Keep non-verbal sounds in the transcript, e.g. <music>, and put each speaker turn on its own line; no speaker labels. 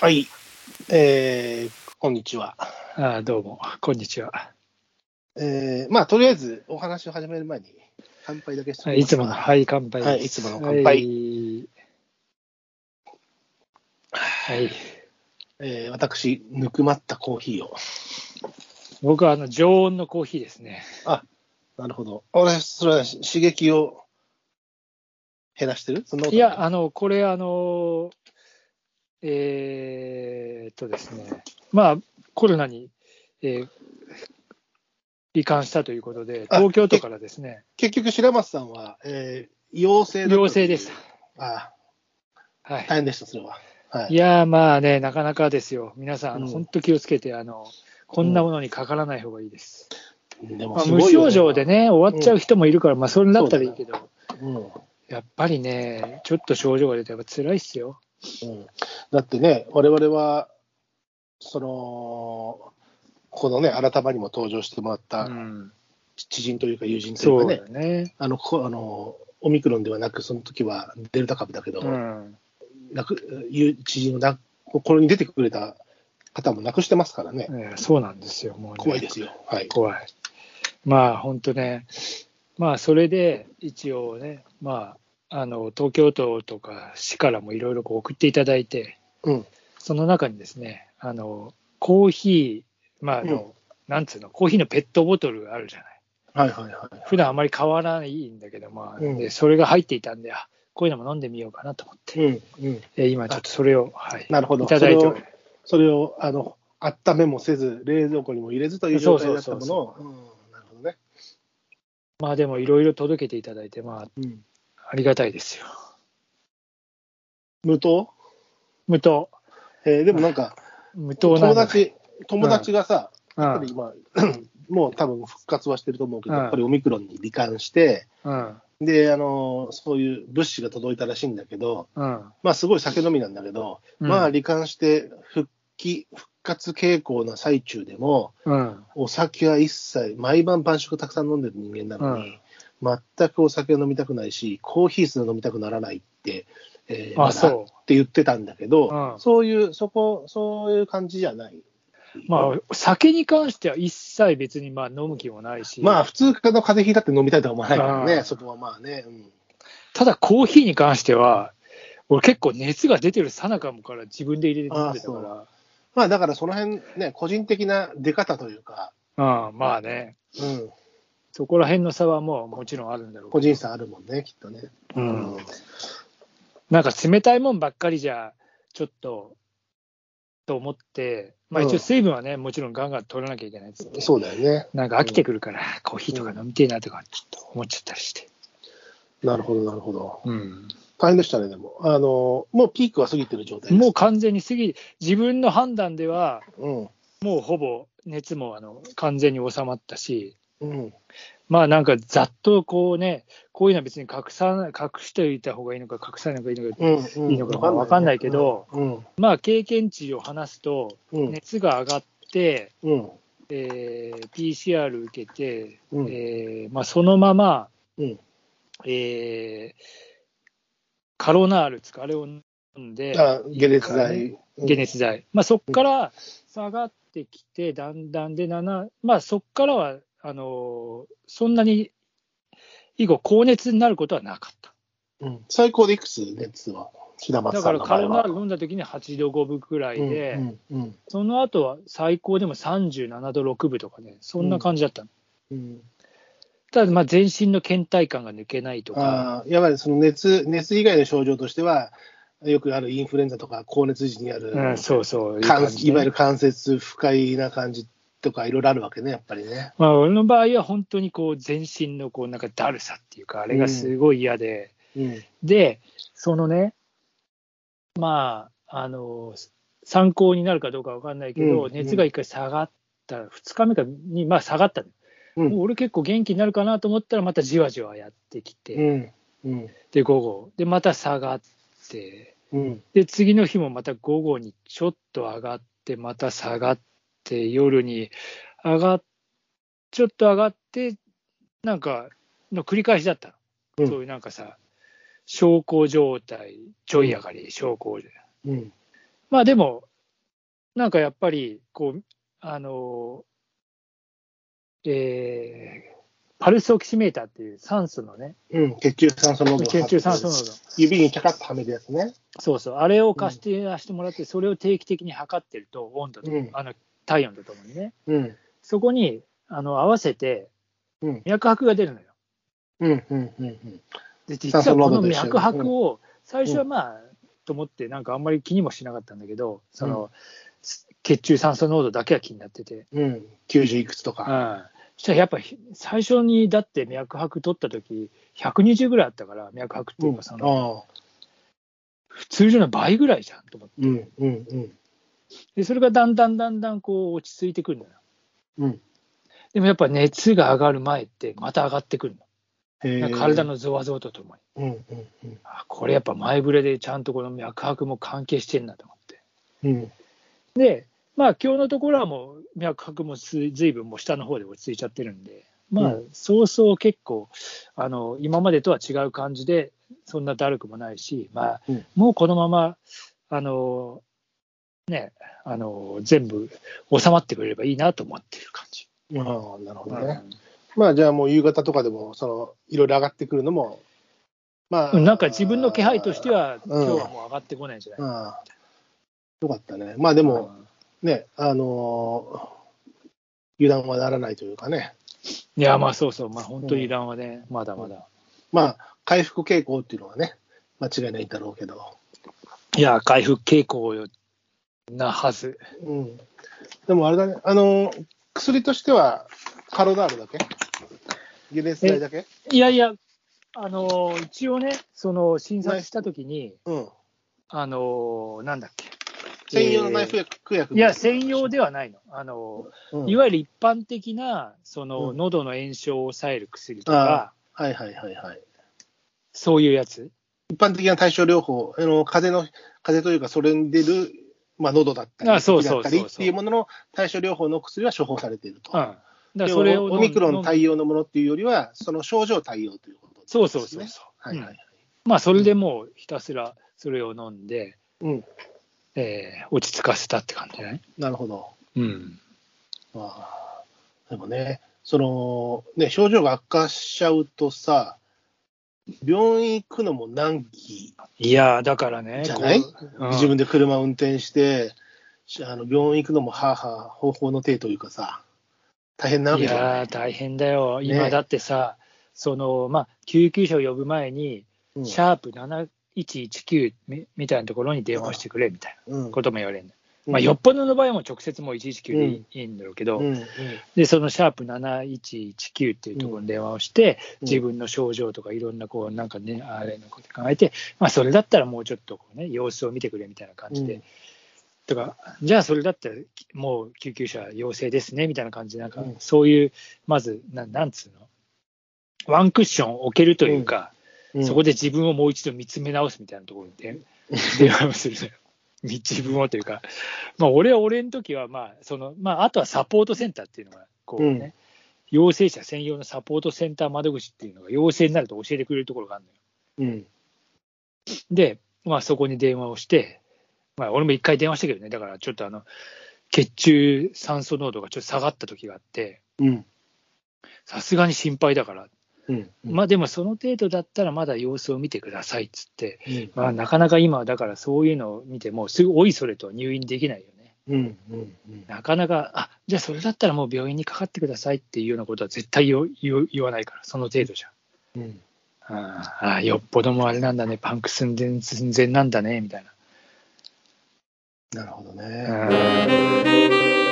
はい、えー、こんにちは。
あどうも、こんにちは。
えー、まあ、とりあえずお話を始める前に、乾杯だけして
はいいつもの、はい、乾杯です。
はいいつもの乾杯
はい。はい
えー、私、ぬくまったコーヒーを。
僕はあの常温のコーヒーですね。
なるほど。俺、それは刺激を減らしてるそんなこと
い
ない
や、あの、これ、あの、えーっとですね、まあ、コロナに、えー罹患したということで、
あ
東京都からですね、
結局、白松さんは、えー、陽性だった
陽性でした。
あ
はい
ー。大変でした、それは。はいい。
やー、まあね、なかなかですよ。皆さん、あの
うん
本当気をつけて、あの、こんなものにかからない方がいいです。
でも
まあ、
す
無
ごいよね
症状で。ね、終わっちゃう人もいるから、まあ、それだったらいいけど、
うん。
やっぱりね、ちょっと症状が出て、やっぱ辛いっすよ。
うんだってね、我々は、その、このね、改まにも登場してもらっ
う
た
ん、
知人というか友人とい
そう
か
うだ
ね
よ、ね。
あのこあのオミクロンではなく、その時はデルタ株だけど、
うん、
なくいう知人をなこれに出てくれた方もなくしてますからね、
ええそうなんですよ、もう、ね、
怖いですよ。はい、
怖い。まあ、本当ね、まあ、それで、一応ね、まあ、あの東京都とか市からもいろいろこう送っていただいて、
うん
その中にですね、あのコーヒー、まああの
うん
なんつうの、コーヒーのペットボトルがあるじゃない。
はいはいはい。
普段あまり買わないんだけど、まあ
うん
でそれが入っていたんで、あこういうのも飲んでみようかなと思って、
うんうん、
え今ちょっとそれを、はい、
なるほど
いただいてお
そ
る。
それをあの温めもせず、冷蔵庫にも入れずという状態だったものを、うんなるほどね。
まあでもいろいろ届けていただいて、まあ
うん、
ありがたいですよ。
無糖、
無糖、
えーでもなん
<laughs>
か、
無糖な
友
んだ、
達友達がさ、
う
やっぱり
ん
今、 <clears throat> もう多分復活はしてると思うけど、
うん
やっぱりオミクロンに罹患して、
うん
で、あのそういう物資が届いたらしいんだけど、
うん
まあ、すごい酒飲みなんだけど、
うん
まあ、罹患して復帰、復活傾向の最中でも、
うん
お酒は一切、毎晩晩食たくさん飲んでる人間なのに、全くお酒飲みたくないし、コーヒーすら飲みたくならないって、えー
あ
まだ
そう
って言ってたんだけど、
うん
そういう、そこ、そういう感じじゃない。
まあ、酒に関しては一切別にまあ飲む気もないし、
まあ、普通の風邪ひいたって飲みたいとは思わないから
う
ね、
ん
そこはまあね。うん
ただコーヒーに関しては、俺結構熱が出てるさなかもから自分で入れて飲んでたか
まあ、だからその辺ね、個人的な出方というか、
ら、うん、まあね、
うん、
そこら辺の差はもうもちろんあるんだろう
個
けど
人差あるもんね、きっとね。
うん、なんか冷たいもんばっかりじゃ、ちょっと、と思って、まあ
うん
一応水分はね、もちろんガンガン取らなきゃいけないっつって
そうだよね。
なんか飽きてくるから、コーヒーとか飲みてえなとか、ちょっと思っちゃったりして。
なるほど、なるほど。
うん
大変でしたね、でも。あの、もうピークは過ぎてる状態です。
もう完全に過ぎ、自分の判断では、
う、
もうほぼ熱もあの完全に収まったし、
うん。うん。
まあなんかざっとこうね、こういうのは別に隠さない隠しておいた方がいいのか、隠さない方がいいのか、
うん。
いいのかわかんないけど
うん。
まあ経験値を話すと、
うん。
熱が上がって、
うん。
えー PCR 受けて、
うん
えーまあ、そのまま、
うん
えーカロナールつかあれを飲んで、
あ、解熱剤。
解熱剤、まあ、そこから下がってきて、だんだんで、7まあ、そこからはあのーそんなに以後、高熱になることはなかった。
うん。最高でいくつ熱は、平松
だ
さ
か
ん
ら
の
カ
場合
ロナ
は
ール。飲んだ時に8度5分くらいで、
うん。うん。
その後は最高でも37度6分とかね、そんな感じだったの
うん。
ただ、まあ、全身の倦怠感が抜けないとか、
ああ、やばい、その熱、熱以外の症状としては、よくあるインフルエンザとか高熱時にある、
うん、そうそう、
関
う感じね
いわゆる関節不快な感じとか、いろいろあるわけね、やっぱりね。
まあ、俺の場合は本当にこう全身のこうなんかだるさっていうか、あれがすごい嫌で、
うん。
で、そのね、まあ、あの、参考になるかどうかわかんないけど、
うん
熱が一回下がった、2日目かに、まあ、下がったの、
うん
もう俺結構元気になるかなと思ったら、またじわじわやってきて、
うん。うん。
で、午後、で、また下がって、
うん。
で、次の日もまた午後にちょっと上がって、また下がって、夜に上がっ、ちょっと上がって、なんか、の繰り返しだったの。
うん
そういうなんかさ、小康状態、ちょい上がり、小康
うん。
まあでも、なんかやっぱり、こう、あの、えーパルスオキシメーターっていう酸素のね、
うん、血中酸素濃度。
血中酸素濃度。
指にちゃかっとはめるやつね。
そうそう、あれを貸してやらせてもらって、それを定期的に測ってると、温度と、
うん
あの体温とともにね、
うん。
そこにあの合わせて
うん、
脈拍が出るのよ。
うん、うん、うんうん。
で、実
酸
は
素濃
こ
度
の
と一緒
脈拍を、最初はまあ、と思って、なんかあんまり気にもしなかったんだけど、その、血中酸素濃度だけは気になってて、
うん。90いくつと
うん
か。。
そしたらやっぱひ最初にだって脈拍取った時120ぐらいあったから脈拍っていうかその
ああ。
普通の倍ぐらいじゃんと思って
うん、うん、うん。
でそれがだんだんだんだんこう落ち着いてくるんだよ
うん。
でもやっぱ熱が上がる前ってまた上がってくる
へえ
の。なんか体。のゾワゾワとともに。
うん、うん、うん。
あこれやっぱ前触れでちゃんとこの脈拍も関係してんなと思って。
うん、
で、まあ今日のところはもう脈拍もす随分もう下の方で落ち着いちゃってるんで、まあ
う
そうそう結構、あの、今までとは違う感じで、そんなだるくもないし、まあ
うん
もうこのまま、あの、ね、あの、全部収まってくれればいいなと思ってる感じ。
ああ、なるほどね。まあじゃあもう夕方とかでも、その、いろいろ上がってくるのも、まあ。
うんなんか自分の気配として
は。
は、
うん
今日はもう上がってこないんじゃない
ああ。よかったね。まあで
で
も、、ね、あのー油断はならないというかね、
いや、まあそうそう、まあ本当に油断はね、まだまだ。
まあ、回復傾向っていうのはね、間違いないんだろうけど、
いや、回復傾向なはず。
うん、でもあれだね、あのー薬としては、カロナールだけ解熱剤だけ
いやいや、あのー、一応ね、その診察したときに、
うん。
あのー、なんだっけ。
専用の内服薬、服
え
薬
ーいや、専用ではないの。あの
うん
ー、いわゆる一般的な、その、
うん
喉の炎症を抑える薬と
あ
か、
はいはいはいはい。
そういうやつ。
一般的な対症療法、あの風邪の、風邪というか、それに出る、まあ、喉だったり、
あそう
咳だ
そ
っ
う
た
そうそう
りっていうものの対症療法の薬は処方されていると。
うん。だから
で
それを飲ん
オミクロ
飲
ン
ん
対応のものっていうよりは、その症状対応ということです、
そ
ね。
うそうそうそう。
はいはいはい。
まあ、それでもうひたすらそれを飲んで、
うん、
えー落ち着かせたって感じじゃない
なるほど。
うん。
あーでもね、その、ね、症状が悪化しちゃうとさ、病院行くのも難儀
いやー、だからね、
じゃない、
こううん
自分で車運転して、しあの病院行くのもはあはあ、方法の手というかさ、大変なわ
い
けじゃな
や
い
ー、。大変だよ。
ね
今だってさ、その、まあ、救急車を呼ぶ前に、
うん
シャープ7119みみたいなところに電話をしてくれみたい
うん
なことも言われるんだ、
うん
まあ、よっぽどの場合はもう直接もう119でいいいいんだろうけど、
うんうん
で、そのシャープ7119っていうところに電話をして、
うん
自分の症状とかいろんなこう、なんかね、あれのこと考えて、まあ、それだったらもうちょっとこうね、様子を見てくれみたいな感じで、
うん
とか、じゃあそれだったらもう救急車要請ですねみたいな感じで、なんか
うん
そういう、まず、なんなんつうの、ワンクッション置けるというか、
うん
そこで自分をもう一度見つめ直すみたいなところで電話をするのよ。 <laughs> み自分をというか、まあ、俺は俺の時はまあその、まあ、あとはサポートセンターっていうのがこう、ね
うん
陽性者専用のサポートセンター窓口っていうのが陽性になると教えてくれるところがあるのよ。
うん
で、まあ、そこに電話をして、まあ、俺も一回電話したけどね、だからちょっとあの血中酸素濃度がちょっと下がった時があって、
うん
さすがに心配だから、
うん
まあでもその程度だったらまだ様子を見てくださいっつって、
うん
まあ、なかなか今はだからそういうのを見てもすぐおいそれと入院できないよね
うんうんうん
なかなかあじゃあそれだったらもう病院にかかってくださいっていうようなことは絶対言お言お言わないからその程度じゃ
うん
あーあーよっぽどもあれなんだねパンク寸前寸前なんだねみたいな
なるほど
う
ね。
ん